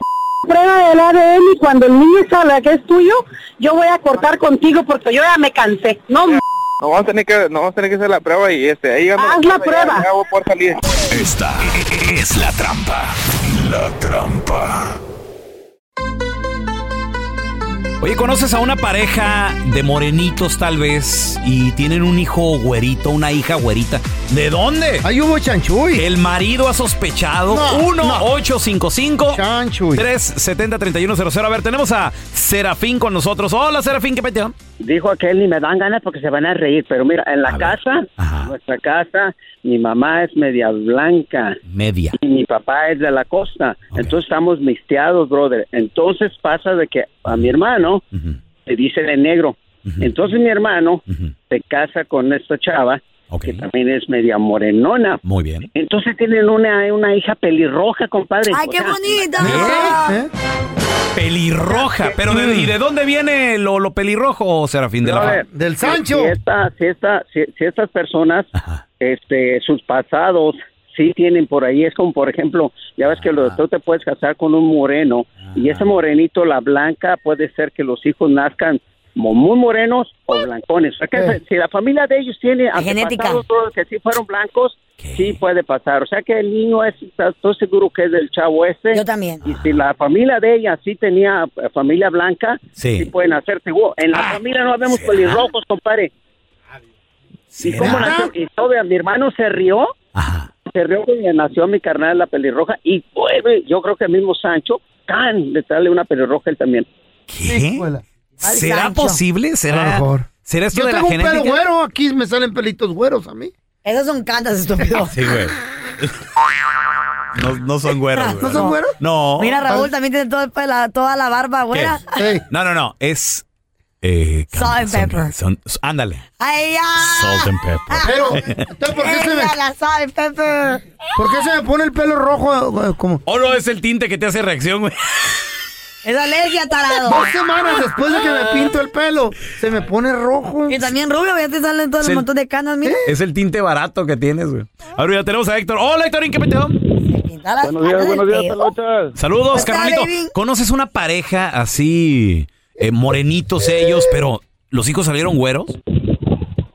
Prueba del ADN y cuando el niño salga que es tuyo, yo voy a cortar contigo porque yo ya me cansé. No, m- No vamos a tener que, no vamos a tener que hacer la prueba y este... Ahí ando- haz la ya- prueba. ya voy por salir. Esta es la trampa. La trampa. Oye, conoces a una pareja de morenitos tal vez y tienen un hijo güerito, una hija güerita. ¿De dónde? Ahí hubo chanchuy. El marido ha sospechado. No, 1-855 370-3100. A ver, tenemos a Serafín con nosotros. Hola, Serafín, ¿qué peteo? Dijo aquel, ni me dan ganas porque se van a reír, pero mira, en la casa, nuestra casa, mi mamá es media blanca. Media. Y mi papá es de la costa. Entonces estamos mixteados, brother. Entonces pasa de que a mi hermano le dice de negro. Entonces mi hermano se casa con esta chava, que también es media morenona. Muy bien. Entonces tienen una, una hija pelirroja, compadre. ¡Ay, qué bonita! Pelirroja. Pero de, Mm. ¿y de dónde viene lo, lo pelirrojo, Serafín? De la Brother, si- Si, esta- si esta- si- si estas personas, este, sus pasados, sí tienen por ahí, es como por ejemplo, ya ves que lo- tú te puedes casar con un moreno y ese morenito, la blanca, puede ser que los hijos nazcan mo- muy morenos o blancones. O sea, que Eh. Si la familia de ellos tiene antepasados, brother, que sí fueron blancos, sí puede pasar. O sea que el niño es, está- estoy seguro que es del chavo este. Yo también. Y si la familia de ella sí tenía eh, familia blanca, Sí. Ah, sí, pueden hacer seguro. En la familia no habemos pelirrojos, compadre. ¿Y cómo nació? Y todavía mi hermano se rió. Se rió cuando nació mi carnal la pelirroja. Y güey, yo creo que el mismo Sancho, can, le sale una pelirroja él también. ¿Qué? ¿Será Sancho. posible? ¿Será, Por favor. ¿será esto Yo de la tengo un pelo genética? güero, aquí me salen pelitos güeros a mí. Esas son cantas, estúpido. Sí, güey. No, no son güeros. ¿No son güeros? No. Mira, Raúl también tiene todo el pelo- toda la barba, güera. No, no, no. Es Eh, Salt and pepper. son- son- ándale. ¡Ay, ya! Salt and pepper. Pero, entonces, ¿por qué se me... Ella la sabe, Pepe. ¿Por qué se me pone el pelo rojo? eh, Como Oh, no, es el tinte que te hace reacción, güey. Es alergia, tarado. dos semanas después de que me pinto el pelo, se me pone rojo. Y también rubio, ya te salen todo Sí. el montón de canas, mira. Es el tinte barato que tienes, güey. Ahora ya tenemos a Héctor. Hola, Héctor, ¿en qué pedo? Buenos días, buenos días, pelotas. Saludos, Hola, carnalito. baby. ¿Conoces una pareja así, eh, morenitos ellos, pero los hijos salieron güeros?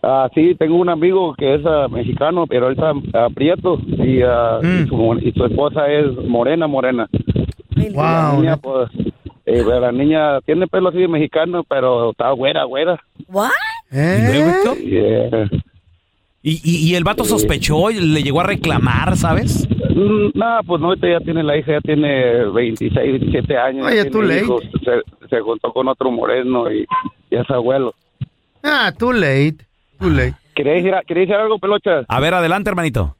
Ah, sí, tengo un amigo que es ah, mexicano, pero él está ah, prieto y, ah, Mm. y su, y su esposa es morena, morena. Y La niña, pues, eh, la niña tiene pelo así de mexicano, pero está güera, güera. ¿What? ¿Eh? Yeah. Y, y- y el vato sospechó, y le llegó a reclamar, ¿sabes? Mm, Nada, pues no, ahorita ya tiene la hija, ya tiene 26, 27 años. Oye, ya tú tiene ley. hijos, se, se juntó con otro moreno y, y es abuelo. Ah, too late. Too late. ¿Queréis ir a- queréis decir algo, pelocha? A ver, adelante, hermanito.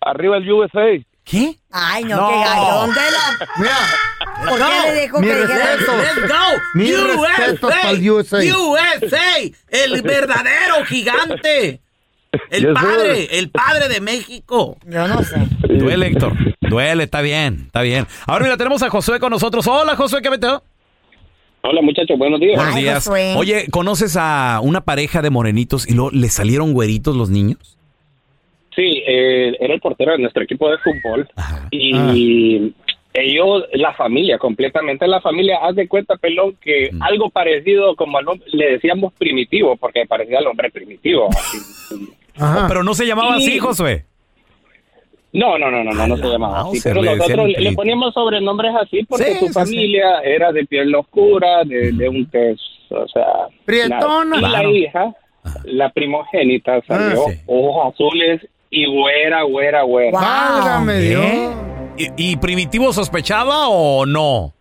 Arriba el USA. ¿Qué? Ay, no, No. qué gallón de la. Mira. ¿Por no, qué le dejó mi que dijera? respeto. Let's go. Mis eh, respetos USA. pa'l USA. USA. El verdadero gigante. El Yes, sir. padre, el padre de México. Yo no sé. Duele, Héctor. Duele, está bien, está bien. Ahora mira, tenemos a Josué con nosotros. Hola, Josué, ¿qué peteo? Hola muchachos, buenos días. Buenos días. Oye, ¿conoces a una pareja de morenitos y luego le salieron güeritos los niños? Sí, eh, era el portero de nuestro equipo de fútbol y Ah. ellos, la familia, completamente la familia, haz de cuenta, pelón, que Mm. algo parecido como al hom- le decíamos primitivo, porque parecía al hombre primitivo. Ah. así. Oh, Pero no se llamaba Sí. así, Josué. No, no, no, no, no, no se llamaba Ah, así. Pero nosotros le, le poníamos sobrenombres así porque Sí, su sí, familia era de piel oscura, de, de un tez, o sea... la- Y Prietona. la Claro. Ah, hija, la primogénita, salió sí. ojos azules y güera, güera, güera. Válgame Dios. ¿Y, y Primitivo sospechaba o no?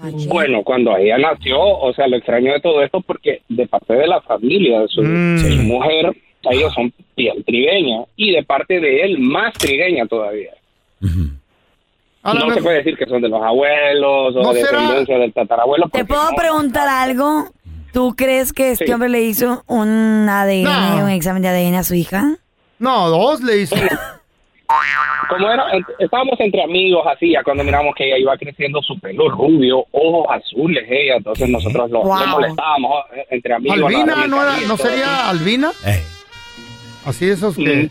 Ah, Bueno, cuando ella nació, o sea, lo extraño de todo esto porque de parte de la familia, de su, Mm. su mujer, ellos son piel trigueña y de parte de él más trigueña todavía. A la No se mejor- puede decir que son de los abuelos o ¿No de será? descendencia del tatarabuelo. ¿Te porque puedo no. preguntar algo? ¿Tú crees que este Sí. hombre le hizo un ADN, No. un examen de ADN a su hija? No, dos le hizo. Como era, ent- estábamos entre amigos así, ya cuando miramos que ella iba creciendo su pelo rubio, ojos azules ella, entonces nosotros lo, lo Wow. molestábamos eh, entre amigos. Albina, agarramos ¿no, era- cariño, ¿no sería Albina? Así esos que... Eh,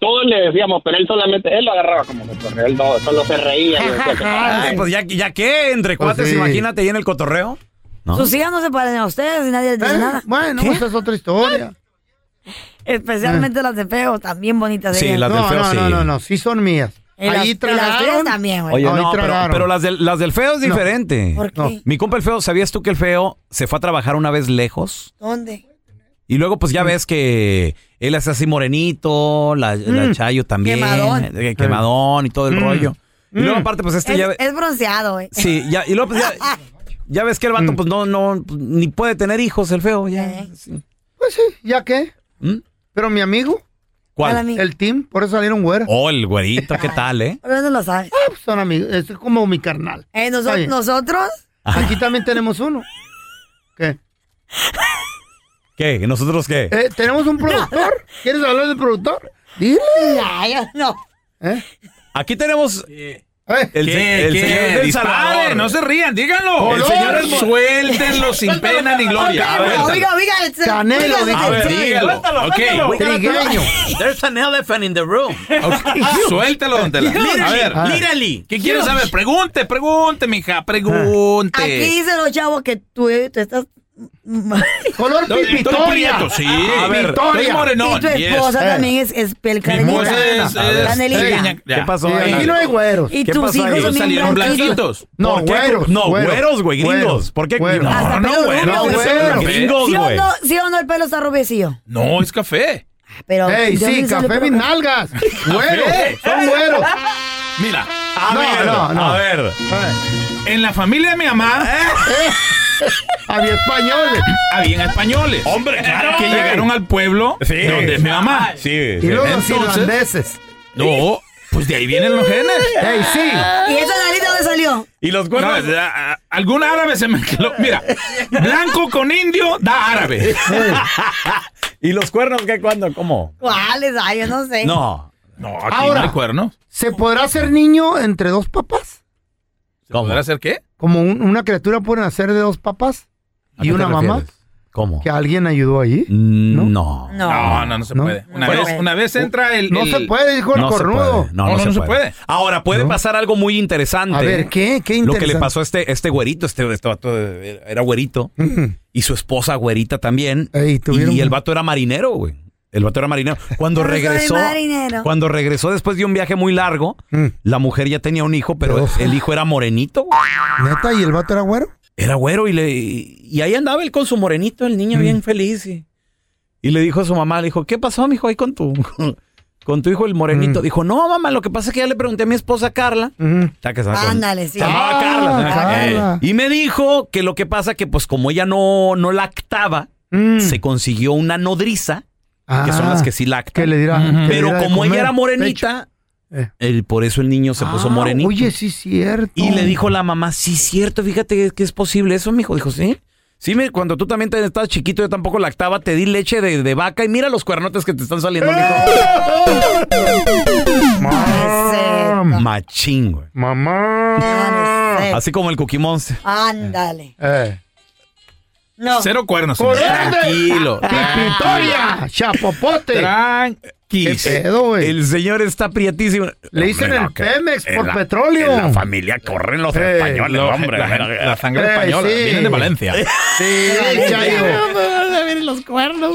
Todos le decíamos, pero él solamente, él lo agarraba como que corre, él no, solo se reía. y decía que- Ay, pues ya, ya qué, entre Pues cuates, sí. imagínate, y en el cotorreo. ¿No? ¿Eh? pues Sus hijas no se parecen a ustedes y nadie les dice nada. Bueno, esa es otra historia. Especialmente las de feo, también bonitas. Eh. Sí, ellas. las del no, feo Ah, no, sí. no, no, no, sí son mías. Y las- Ahí y las tuyas tragaron. también, güey. Oye, Ahí no, pero, tragaron. pero las, del, las del feo es No. diferente. ¿Por qué? No. Mi compa el feo, ¿sabías tú que el feo se fue a trabajar una vez lejos? ¿Dónde? Y luego, pues ya ves que él es así morenito, la, la Mm. Chayo también. Quemadón. eh, quemadón y todo el Mm. rollo. Y luego, aparte, pues este es, ya. ve- es bronceado, eh. güey. Sí, ya, y luego, pues ya. ya ves que el Mm. vato, pues no, no, ni puede tener hijos, el feo, Eh, ya. sí. Pues sí, ¿ya qué? ¿Mm? Pero mi amigo. ¿Cuál? El team, por eso salieron güeras. Oh, el güerito, ¿qué tal, eh? Pero no lo sabes. Ah, pues son amigos, es como mi carnal. Eh, noso- Está bien. nosotros, Aquí también tenemos uno. ¿Qué? ¿Nosotros qué? Eh, tenemos un productor. ¿Quieres hablar del productor? Dile. ¿Eh? no. Aquí tenemos Eh. el, ¿Qué? se- el ¿Qué? señor del Dispare, Salvador. no se rían, díganlo. Color. suéltenlo sin pena ni gloria. A ver, Oiga, oiga, Canelo, oiga, dijo. a ver, dígalo. Suéltalo, Ok. suéltalo. Trigueño. There's an elephant in the room. Ah, Suéltalo, don Tela. Literally, A ver. literally. ¿Qué quieres saber? Pregunte, pregunte, mija, pregunte. Aquí dicen los chavos que tú, tú estás. Color Ah, Estoy- estoy pipitoria. prieto, sí. A ver, estoy morenón, Y tu yes. esposa Eh. también es, es pel esposa canelita. es- es Canelita. pequeña. Ya. ¿Qué pasó Sí, ahí? aquí no hay güeros. Y ¿Qué tus pasó hijos ahí? son bien Salieron blanquitos. blanquitos. No, ¿Por qué? güeros, no, Güeros. güeros, güey, gringos. ¿Por qué? Güeros. No, Hasta pelo no, güeros, rubio, no, güey. güeros, Sí, gringos, ¿Sí o, güey. no, ¿Sí o no el pelo está rubecillo? No, es café. Pero. Ey, ¿de dónde sí, sale el pelo? café mis nalgas. Güeros, son güeros. Mira, A No, ver, no, no. a ver. en la familia de mi mamá ¿Eh? Había españoles. habían españoles. Hombre, claro. Que Sí. llegaron al pueblo Sí. donde es mi mamá. Sí. Y luego los Entonces- irlandeses. No, Pues de ahí vienen los genes. Ey, sí. ¿Y esa nariz de dónde salió? Y los cuernos. No, a- a- algún árabe se me quedó. Mira, blanco con indio da árabe. ¿Y los cuernos qué? ¿Cuándo? ¿Cómo? ¿Cuáles? Ay, yo no sé. No. No, aquí Ahora. no hay cuernos. ¿Se podrá ser niño entre dos papás? ¿Se podrá hacer qué? ¿Como un- una criatura puede nacer de dos papás? ¿A ¿Y qué una te mamá? refieres? ¿Cómo? ¿Que alguien ayudó ahí? No. Mm, No, no, no, se puede. Una, Bueno, vez, una vez entra el. no el- se puede, dijo el Uh, No se cornudo. puede. No, no, se, puede. Ahora puede pasar algo muy interesante. A ver, ¿qué? ¿Qué Lo que interesante? le pasó a este, este güerito, este, este vato eh, era güerito. Y su esposa güerita también. tuvieron- Y el vato era marinero, güey. El vato era marinero. Cuando Yo soy regresó, marinero. cuando regresó después de un viaje muy largo, Mm. la mujer ya tenía un hijo, pero el hijo era morenito. güey. ¿Neta? ¿Y el vato era güero? Era güero y le y ahí andaba él con su morenito, el Mm. niño bien feliz y, y le dijo a su mamá, le dijo, "¿Qué pasó, mijo, ahí con tu con tu hijo el Mm. morenito?" Dijo, "No, mamá, lo que pasa es que ya le pregunté a mi esposa Carla." La que se llama- Ándale, sí. Se llamaba Ah, Carla. Carla. Eh, y me dijo que lo que pasa que pues como ella no no lactaba, se consiguió una nodriza, que son Mm. Ah, las que sí lactan. que le dirá- que le Pero dirá de como comer, ella era morenita, el- por eso el niño se puso Ah, morenito. Oye, sí, cierto. Y le dijo la mamá, sí, cierto, fíjate que es posible eso, mijo. Dijo, sí. Sí, mire, cuando tú también te- estabas chiquito, yo tampoco lactaba, te di leche de, de vaca y mira los cuernotes que te están saliendo, mijo. Machín, güey. Mamá. Así como el Cookie Monster. Ándale. Eh. No. Cero cuernos. Corriente. Tranquilo. Pipitoria, Ah, chapopote. Tranquilo. ¿Qué pedo, güey? El señor está prietísimo. Le dicen el Pemex por petróleo. En la familia corren los Eh, españoles, los- hombre. la- la sangre Eh, española, sí. vienen de Valencia. Sí, Chayo. los cuernos.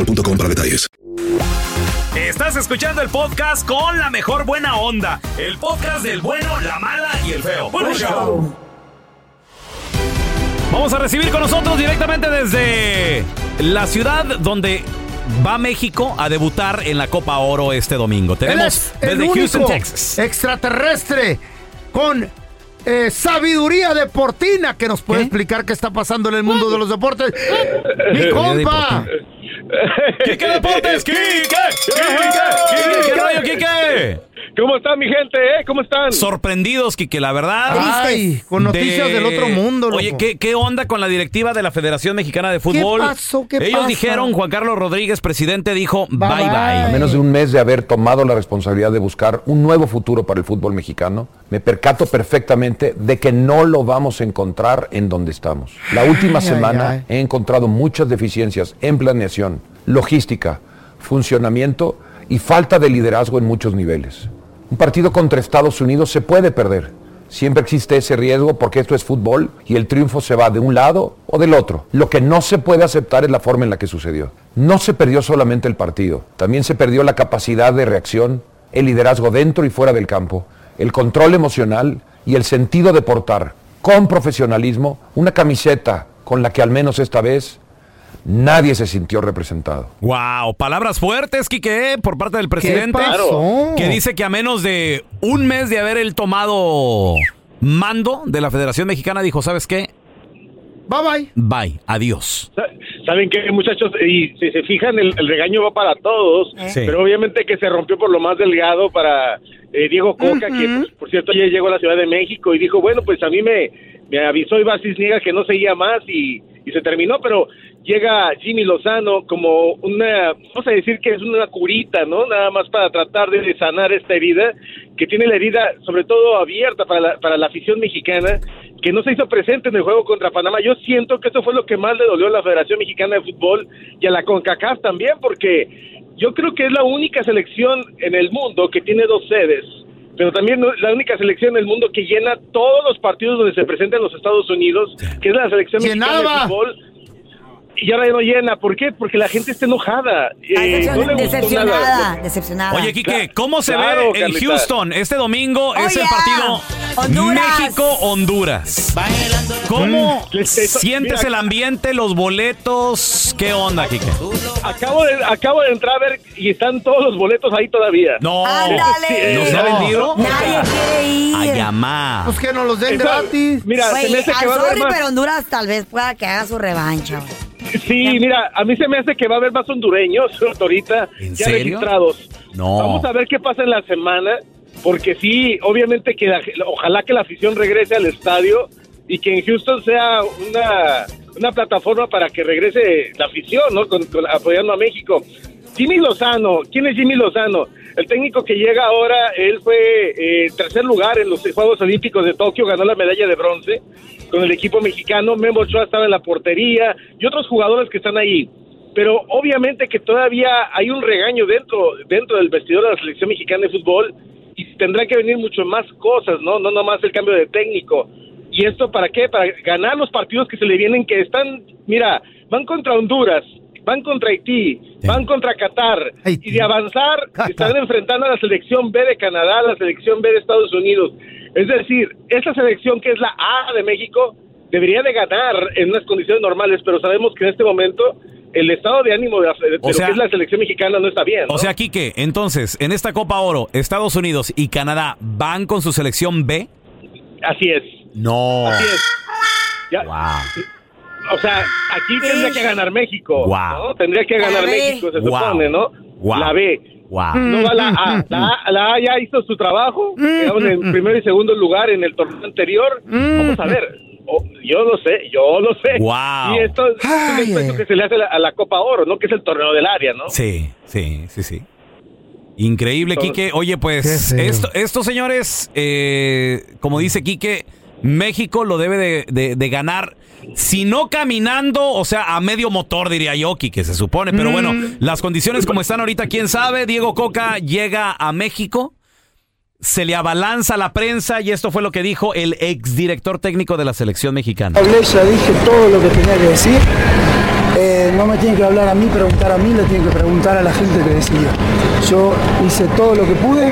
para detalles. Estás escuchando el podcast con la mejor buena onda. El podcast del bueno, la mala y el feo. Bueno, show. Vamos a recibir con nosotros directamente desde la ciudad donde va México a debutar en la Copa Oro este domingo. Tenemos Él es el desde Houston, único Texas. Extraterrestre con eh, sabiduría deportina que nos puede explicar qué está pasando en el mundo de los deportes. Eh, Mi compa. ¡Quique Deportes! ¡Quique! ¡Quique! ¿Qué rollo, Quique? ¿Cómo están, mi gente? eh? ¿Cómo están? Sorprendidos, Quique, la verdad. Tristes. Ay, con noticias del otro mundo, loco. Oye, ¿qué, qué onda con la directiva de la Federación Mexicana de Fútbol? pasó? ¿Qué Ellos pasa? dijeron, Juan Carlos Rodríguez, presidente, dijo bye. bye. A menos de un mes de haber tomado la responsabilidad de buscar un nuevo futuro para el fútbol mexicano, me percato perfectamente de que no lo vamos a encontrar en donde estamos. La última Ay, ay, semana ay. he encontrado muchas deficiencias en planeación, logística, funcionamiento y falta de liderazgo en muchos niveles. Un partido contra Estados Unidos se puede perder. Siempre existe ese riesgo porque esto es fútbol y el triunfo se va de un lado o del otro. Lo que no se puede aceptar es la forma en la que sucedió. No se perdió solamente el partido, también se perdió la capacidad de reacción, el liderazgo dentro y fuera del campo, el control emocional y el sentido de portar con profesionalismo una camiseta con la que al menos esta vez Nadie se sintió representado. Wow, palabras fuertes, Quique, por parte del presidente. pasó? Que dice que a menos de un mes de haber él tomado mando de la Federación Mexicana, dijo, ¿sabes qué? Bye bye. Bye, adiós. ¿Saben qué, muchachos? Y si se fijan, el, el regaño va para todos, Sí. pero obviamente que se rompió por lo más delgado para eh, Diego Coca, que pues, por cierto ayer llegó a la Ciudad de México y dijo, bueno, pues a mí me, me avisó Iván Cisniega que no seguía más y, y se terminó, pero llega Jimmy Lozano como una, vamos a decir que es una curita, ¿no? Nada más para tratar de sanar esta herida, que tiene la herida sobre todo abierta para la, para la afición mexicana, que no se hizo presente en el juego contra Panamá. Yo siento que eso fue lo que más le dolió a la Federación Mexicana de Fútbol y a la CONCACAF también, porque yo creo que es la única selección en el mundo que tiene dos sedes, pero también no- la única selección en el mundo que llena todos los partidos donde se presentan los Estados Unidos, que es la selección mexicana de Llenaba. fútbol. Y ahora ya no llena. ¿Por qué? Porque la gente está enojada. Eh, Decepcion- no le gustó nada. decepcionada, decepcionada. Oye, Quique, ¿cómo se Claro, ve el Carlita. Houston este domingo? es Oh, el yeah. partido Honduras. México-Honduras. ¿Cómo Mm. sientes Mira. el ambiente, los boletos? ¿Qué onda, Quique? Acabo de, acabo de entrar a ver y están todos los boletos ahí todavía. No. Sí. ¿No se ha vendido? Nadie quiere ir. Ay, amá. Pues que nos los den Eso- gratis. mira, se Güey, me hace que I'm va a haber sorry, más. pero Honduras tal vez pueda que haga su revancha. güey. Sí, mira, a mí se me hace que va a haber más hondureños ahorita ¿En ya serio? registrados. No. Vamos a ver qué pasa en la semana, porque sí, obviamente que la- ojalá que la afición regrese al estadio y que en Houston sea una, una plataforma para que regrese la afición, ¿no? Con- con- apoyando a México. Jimmy Lozano, ¿quién es Jimmy Lozano? El técnico que llega ahora, él fue eh, tercer lugar en los Juegos Olímpicos de Tokio, ganó la medalla de bronce con el equipo mexicano, Memo Ochoa estaba en la portería y otros jugadores que están ahí. Pero obviamente que todavía hay un regaño dentro, dentro del vestidor de la selección mexicana de fútbol y tendrán que venir mucho más cosas, ¿no? No nomás el cambio de técnico. ¿Y esto para qué? Para ganar los partidos que se le vienen, que están, mira, van contra Honduras, van contra Haití, van contra Qatar. Y de avanzar, están enfrentando a la selección B de Canadá, a la selección B de Estados Unidos. Es decir, esa selección que es la A de México debería de ganar en unas condiciones normales, pero sabemos que en este momento el estado de ánimo de, la, de O lo sea- que es la selección mexicana no está bien. ¿no? O sea, Quique, entonces, en esta Copa Oro, Estados Unidos y Canadá van con su selección B. Así es. No. Así es. Ya- O sea, aquí tendría que ganar México. Guau. ¿no? Tendría que ganar La B. Mm. México, se Guau. supone, ¿no? Guau. La B. Guau. No va la A. La A, la A ya hizo su trabajo. Mm. Quedaron en primero y segundo lugar en el torneo anterior. Mm. Vamos a ver. O- yo lo sé, yo lo sé. Guau. Y esto es un descuento que se le hace a la, a la Copa Oro, ¿no? Que es el torneo del área, ¿no? Sí, sí, sí, sí. Increíble, Quique. Oye, pues, Qué feo. esto, estos señores, eh, como dice Quique, México lo debe de, de- de ganar. Si no caminando, o sea, a medio motor, diría yo, Quique, se supone. Pero bueno, las condiciones como están ahorita, quién sabe. Diego Coca llega a México, se le abalanza la prensa y esto fue lo que dijo el exdirector técnico de la selección mexicana. Hablé, ya dije todo lo que tenía que decir. Eh, no me tienen que hablar a mí, preguntar a mí, le tienen que preguntar a la gente que decidió. Yo hice todo lo que pude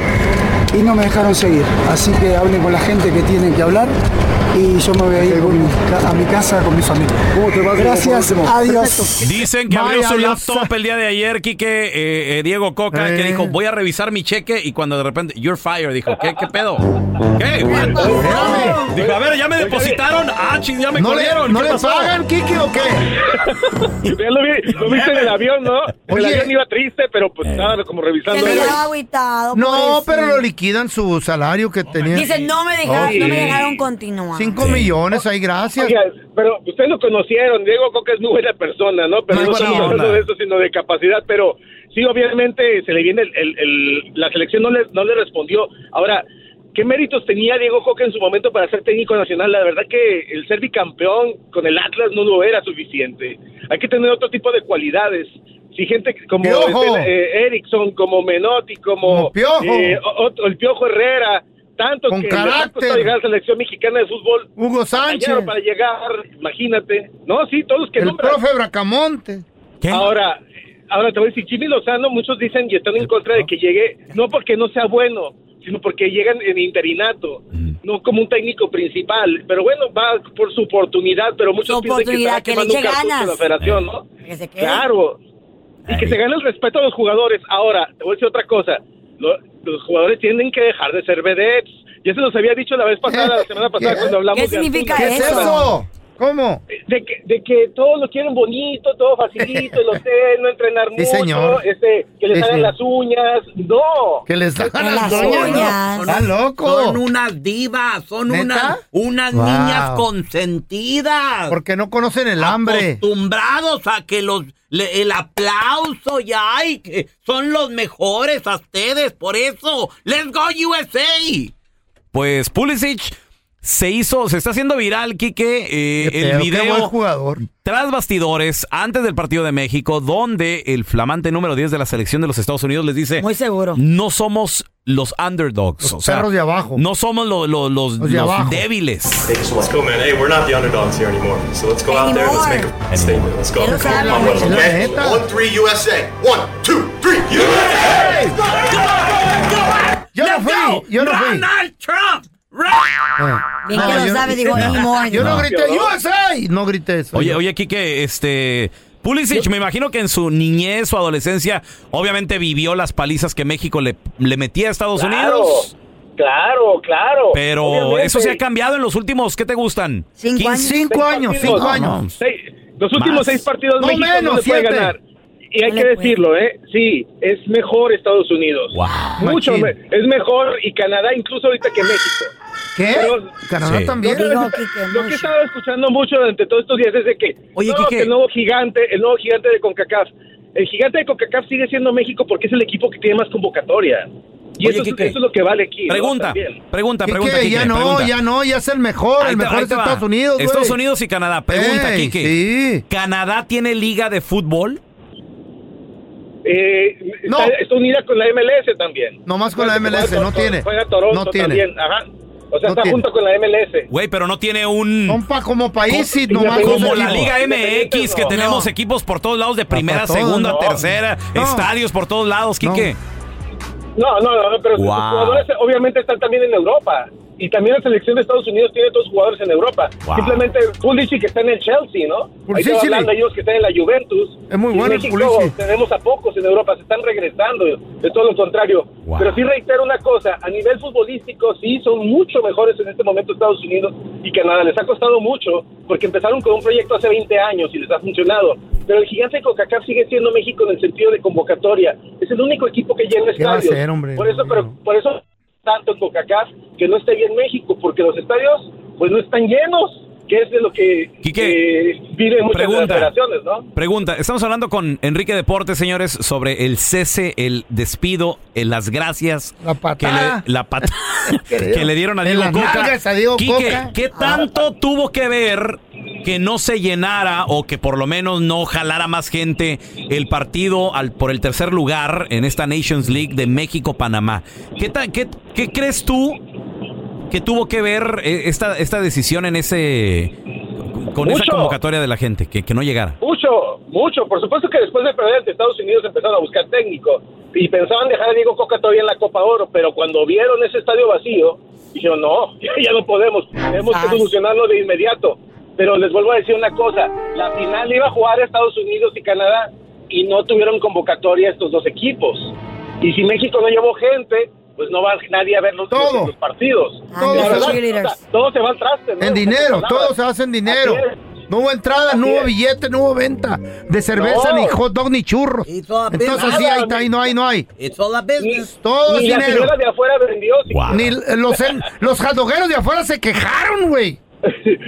y no me dejaron seguir. Así que hablen con la gente que tienen que hablar y yo me voy a ir con mi ca- a mi casa con mi familia. Gracias, adiós. Dicen que abrió Vaya su la laptop el día de ayer, Quique, eh, eh, Diego Coca, que dijo, voy a revisar mi cheque, y cuando de repente, you're fired, dijo, ¿qué, qué pedo? ¿Qué? Dijo, a ver, ya me depositaron, ah, ching, ya me ¿No le, corrieron. ¿no ¿qué le pasó?" pagan, Kiki, o qué? Ya lo, vi- lo viste en el avión, ¿no? En el Oye. avión iba triste, pero Eh. pues estaba como revisando. Se algo. miraba agüitado. No, pobrecito. pero lo liquidan su salario que tenía. Dice, no me dejaron, no me Sí. dejaron continuar. 5 millones, ahí gracias. Oiga, pero ustedes lo conocieron, Diego Coca es muy buena persona, ¿no? Pero Muy no buena estamos hablando onda. de eso, sino de capacidad, pero sí, obviamente se le viene el, el- el- la selección no le, no le respondió. Ahora, ¿qué méritos tenía Diego Coca en su momento para ser técnico nacional? La verdad que el ser bicampeón con el Atlas no lo era suficiente. Hay que tener otro tipo de cualidades. Si gente como ¡Piojo! este, eh, Erickson, como Menotti, como Como Piojo. eh, o- otro- el Piojo Herrera, tantos Con que les ha costado carácter. llegar a la selección mexicana de fútbol. Hugo Batallaron Sánchez. para llegar, imagínate. No, sí, todos que El nombran. profe Bracamonte. Ahora, ahora te voy a decir, Jimmy Lozano, muchos dicen y están en contra de que llegue, no porque no sea bueno, sino porque llegan en interinato, no como un técnico principal. Pero bueno, va por su oportunidad, pero muchos Su piensan que oportunidad, está que le quemando un eche cartucho ganas. Eh. la federación, ¿no? Que se quede. Claro. Y que se gane el respeto a los jugadores. Ahora, te voy a decir otra cosa. Lo- los jugadores tienen que dejar de ser vedettes. Ya se los había dicho la vez pasada, la semana pasada, cuando hablamos de ¿Qué Antuna. es eso? ¿Cómo? De que, de que todos lo quieren bonito, todo facilito, el hotel, no entrenar Sí, mucho, señor. Este, que les Sí, hagan señor. las uñas. No. Que les hagan las uñas, ¿no? Está loco. Son unas divas, son ¿Neta? unas, unas Wow. niñas consentidas. Porque no conocen el Ah, hambre. acostumbrados a que los le- el aplauso ya hay que son los mejores a ustedes por eso let's go USA Pues Pulisic se hizo, se está haciendo viral, Quique, eh, Qué el pedo, qué buen video Ah. jugador. tras bastidores antes del partido de México, donde el flamante número 10 de la selección de los Estados Unidos les dice, muy seguro, no somos los underdogs, o sea, perros de abajo. no somos lo- lo- los, Los de los abajo. débiles. Let's go, man. Hey, we're not the underdogs here anymore. So let's go out there and let's make a statement. Let's go. Ya lo saben. Vamos, Es la okay? neta. One, three, USA. One, two, three, USA. Yo no fui, yo no fui. Donald Trump Bien que No, lo yo- sabe, digo, ni modo. Yo no No. grité USA, no grité eso. Oye, oye, Quique, este. Pulisic, me imagino que en su niñez o adolescencia, obviamente vivió las palizas que México le, le metía a Estados Claro, Unidos. Claro, claro. Pero Obviamente. eso se ha cambiado en los últimos, ¿qué te gustan? Cinco años. Cinco años, cinco años. Seis- los últimos Más. seis partidos No México menos, no le puede siete. ganar. Y hay que decirlo, ¿eh? Sí, es mejor Estados Unidos. Mucho. Machín. me- es mejor y Canadá incluso ahorita que México. ¿Qué? Pero- Canadá Sí. también. Lo que- Digo, Lo que he estado escuchando mucho durante todos estos días es de que, no, que el nuevo gigante, el nuevo gigante de CONCACAF. El gigante de CONCACAF sigue siendo México porque es el equipo que tiene más convocatoria. Y Oye, eso, es, Quique. eso es lo que vale aquí. ¿no? Pregunta, También. pregunta, ¿Qué, pregunta. qué? Quique, ya no, pregunta. ya "Ah, no, ya es el mejor. Ahí el te- mejor ahí es te va. Estados Unidos. güey. Estados Unidos y Canadá. Pregunta, Ey, Quique. ¿Canadá tiene liga de fútbol? Eh, está, está unida con la MLS también. Nomás con la Juega- MLS, no juega- tiene. Juega Toronto No tiene. también, ajá. O sea, No está tiene. junto con la MLS. Güey, pero no tiene un. Compa, como país, sí, como, nomás como dos la equipos. Liga MX, que No. tenemos equipos por todos lados, de primera, todos, segunda, no. tercera, No. estadios por todos lados, Quique. No, no, no, no, pero Wow. sus jugadores obviamente están también en Europa. Y también la selección de Estados Unidos tiene dos jugadores en Europa. Wow. Simplemente Pulisic que está en el Chelsea, ¿no? Ahí Pulisic. estaba hablando ellos que están en la Juventus. Es muy Y en bueno el México Pulisic. tenemos a pocos en Europa, se están regresando, de todo lo contrario. Wow. Pero sí reitero una cosa, a nivel futbolístico sí son mucho mejores en este momento Estados Unidos y Canadá. Les ha costado mucho porque empezaron con un proyecto hace 20 años y les ha funcionado. Pero el gigante de CONCACAF sigue siendo México en el sentido de convocatoria. Es el único equipo que llena ¿Qué va a estadios. hacer, hombre? Por eso, pero, por eso tanto en CONCACAF que no esté bien México, porque los estadios pues no están llenos, que es de lo que eh, viven muchas de las pregunta. federaciones, ¿no? Pregunta, estamos hablando con Enrique Deportes, señores, sobre el cese, el despido, eh, las gracias. La patada. Que le, la pata- que le dieron a De Diego las Coca. nalgas a Diego Quique, Coca. ¿qué Ah. tanto tuvo que ver que no se llenara o que por lo menos no jalara más gente el partido al, por el tercer lugar en esta Nations League de México-Panamá? ¿Qué, tan- qué, ¿Qué crees tú que tuvo que ver eh, esta, esta decisión en ese... Con esa Mucho. convocatoria de la gente, que, que no llegara. Mucho, mucho. Por supuesto que después de perder ante Estados Unidos empezaron a buscar técnico y pensaban dejar a Diego Coca todavía en la Copa Oro, pero cuando vieron ese estadio vacío, dijeron, no, ya no podemos, tenemos que solucionarlo de inmediato. Pero les vuelvo a decir una cosa, la final iba a jugar Estados Unidos y Canadá y no tuvieron convocatoria estos dos equipos. Y si México no llevó gente, pues no va nadie a ver los, los- los partidos. Todos La verdad, los o sea, todo se va al traste. ¿no? En dinero, todo se hace en dinero. No hubo entrada, no hubo billete, no hubo venta de cerveza, No. ni hot dog, ni churros. Entonces sí, ahí, está, ahí no hay, no hay. Todo Ni es la dinero. señora de afuera vendió. sí. Ni l- los, en- los jadogueros de afuera se quejaron, güey.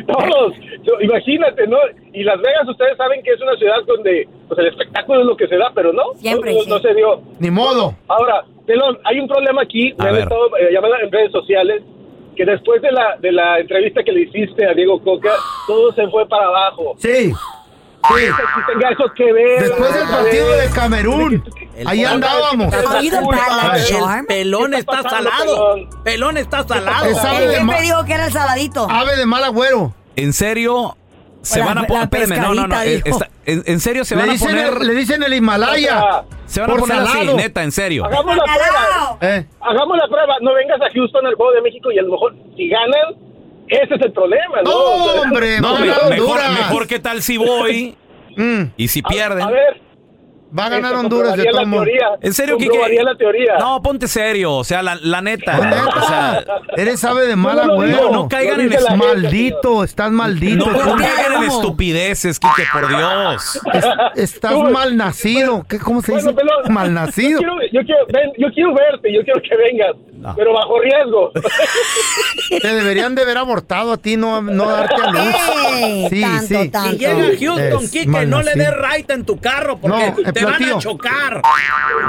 Todos, Yo- imagínate, ¿no? Y Las Vegas, ustedes saben que es una ciudad donde pues, el espectáculo es lo que se da, pero no, Siempre, no, no- sí. no se dio. Ni modo. Ahora, Telón, hay un problema aquí, A me han ver. estado eh, llamando en redes sociales, que después de la, de la entrevista que le hiciste a Diego Coca, todo se fue para abajo. Sí. Tenga eso que ver. Después del partido de Camerún, ahí andábamos. el pelón está salado pelón está salado Es ave de ma- que era el saladito. Ave de mal agüero. ¿En serio? Se La- van a la poner. No, no, no. pescadita, eh, dijo. está- en, en serio se Le van a dicen poner. el- le dicen el Himalaya. Se van a Por poner así, salado. neta, en serio. Hagamos la prueba. Eh. Hagamos la prueba. No vengas a Houston al juego de México y a lo mejor si ganan, ese es el problema, ¿no? O sea, No, me- mejor, mejor que tal si voy y si pierden. Mm. Va a ganar Eso Honduras de comprobaría todo la modo. teoría. ¿En serio, Kike? Comprobaría la teoría. No, ponte serio, o sea, la, la neta. O sea, Eres sabe de mala, No, no, güey. no, no caigan en estupidez. eso. Maldito, estás maldito. no ¿Cómo? caigan en estupideces, Kike, por Dios. Es- estás mal nacido. ¿Cómo se dice? Mal Yo nacido. quiero, yo, quiero, ven, yo quiero verte, yo quiero que vengas, pero bajo riesgo. Te deberían de haber abortado a ti, no, no darte a luz. Ey, Sí, ¡Eh! tanto, sí. tanto. Si llega a Houston, Es Kike, no le malnacido. des right en tu carro porque No, el te van platillo. a chocar.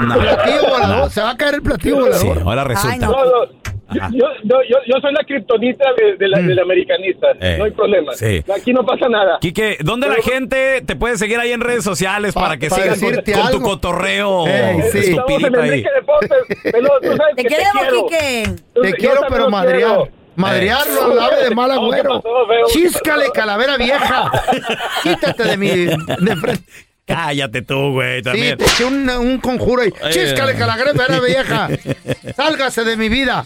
El platillo volador, se va a caer el platillo volador. Sí, ahora resulta. No, no, Ajá. Yo, yo, yo, yo soy la kriptonita de, de la- del americanista. Eh, no hay problema. sí. Aquí no pasa nada. Quique, ¿dónde la gente te puede seguir ahí en redes sociales para que pa sigas con, decirte con tu algo? cotorreo Ey, sí. Estamos en estupidita ahí? Enrique Deportes, pelón, tú sabes Te que queremos, quiero. Quique. Tú- Te yo quiero, también pero lo madrear. quiero. Eh. Madrearlo al ave de mal agüero. Chíscale, calavera vieja. Quítate de mi. De frente. Cállate tú, güey, Sí, también. te eché un, un conjuro y. Chíscale, calavera vieja. Eh. Sálgase de mi vida.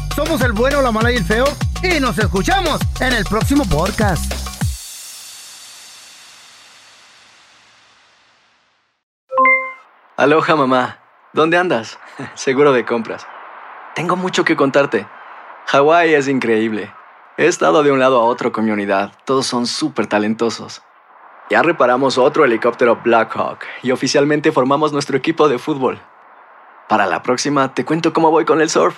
Somos el bueno, la mala y el feo. Y nos escuchamos en el próximo podcast. Aloha mamá, ¿dónde andas? Seguro de compras. Tengo mucho que contarte. Hawái es increíble. He estado de un lado a otro con mi unidad. Todos son súper talentosos. Ya reparamos otro helicóptero Blackhawk y oficialmente formamos nuestro equipo de fútbol. Para la próxima te cuento cómo voy con el surf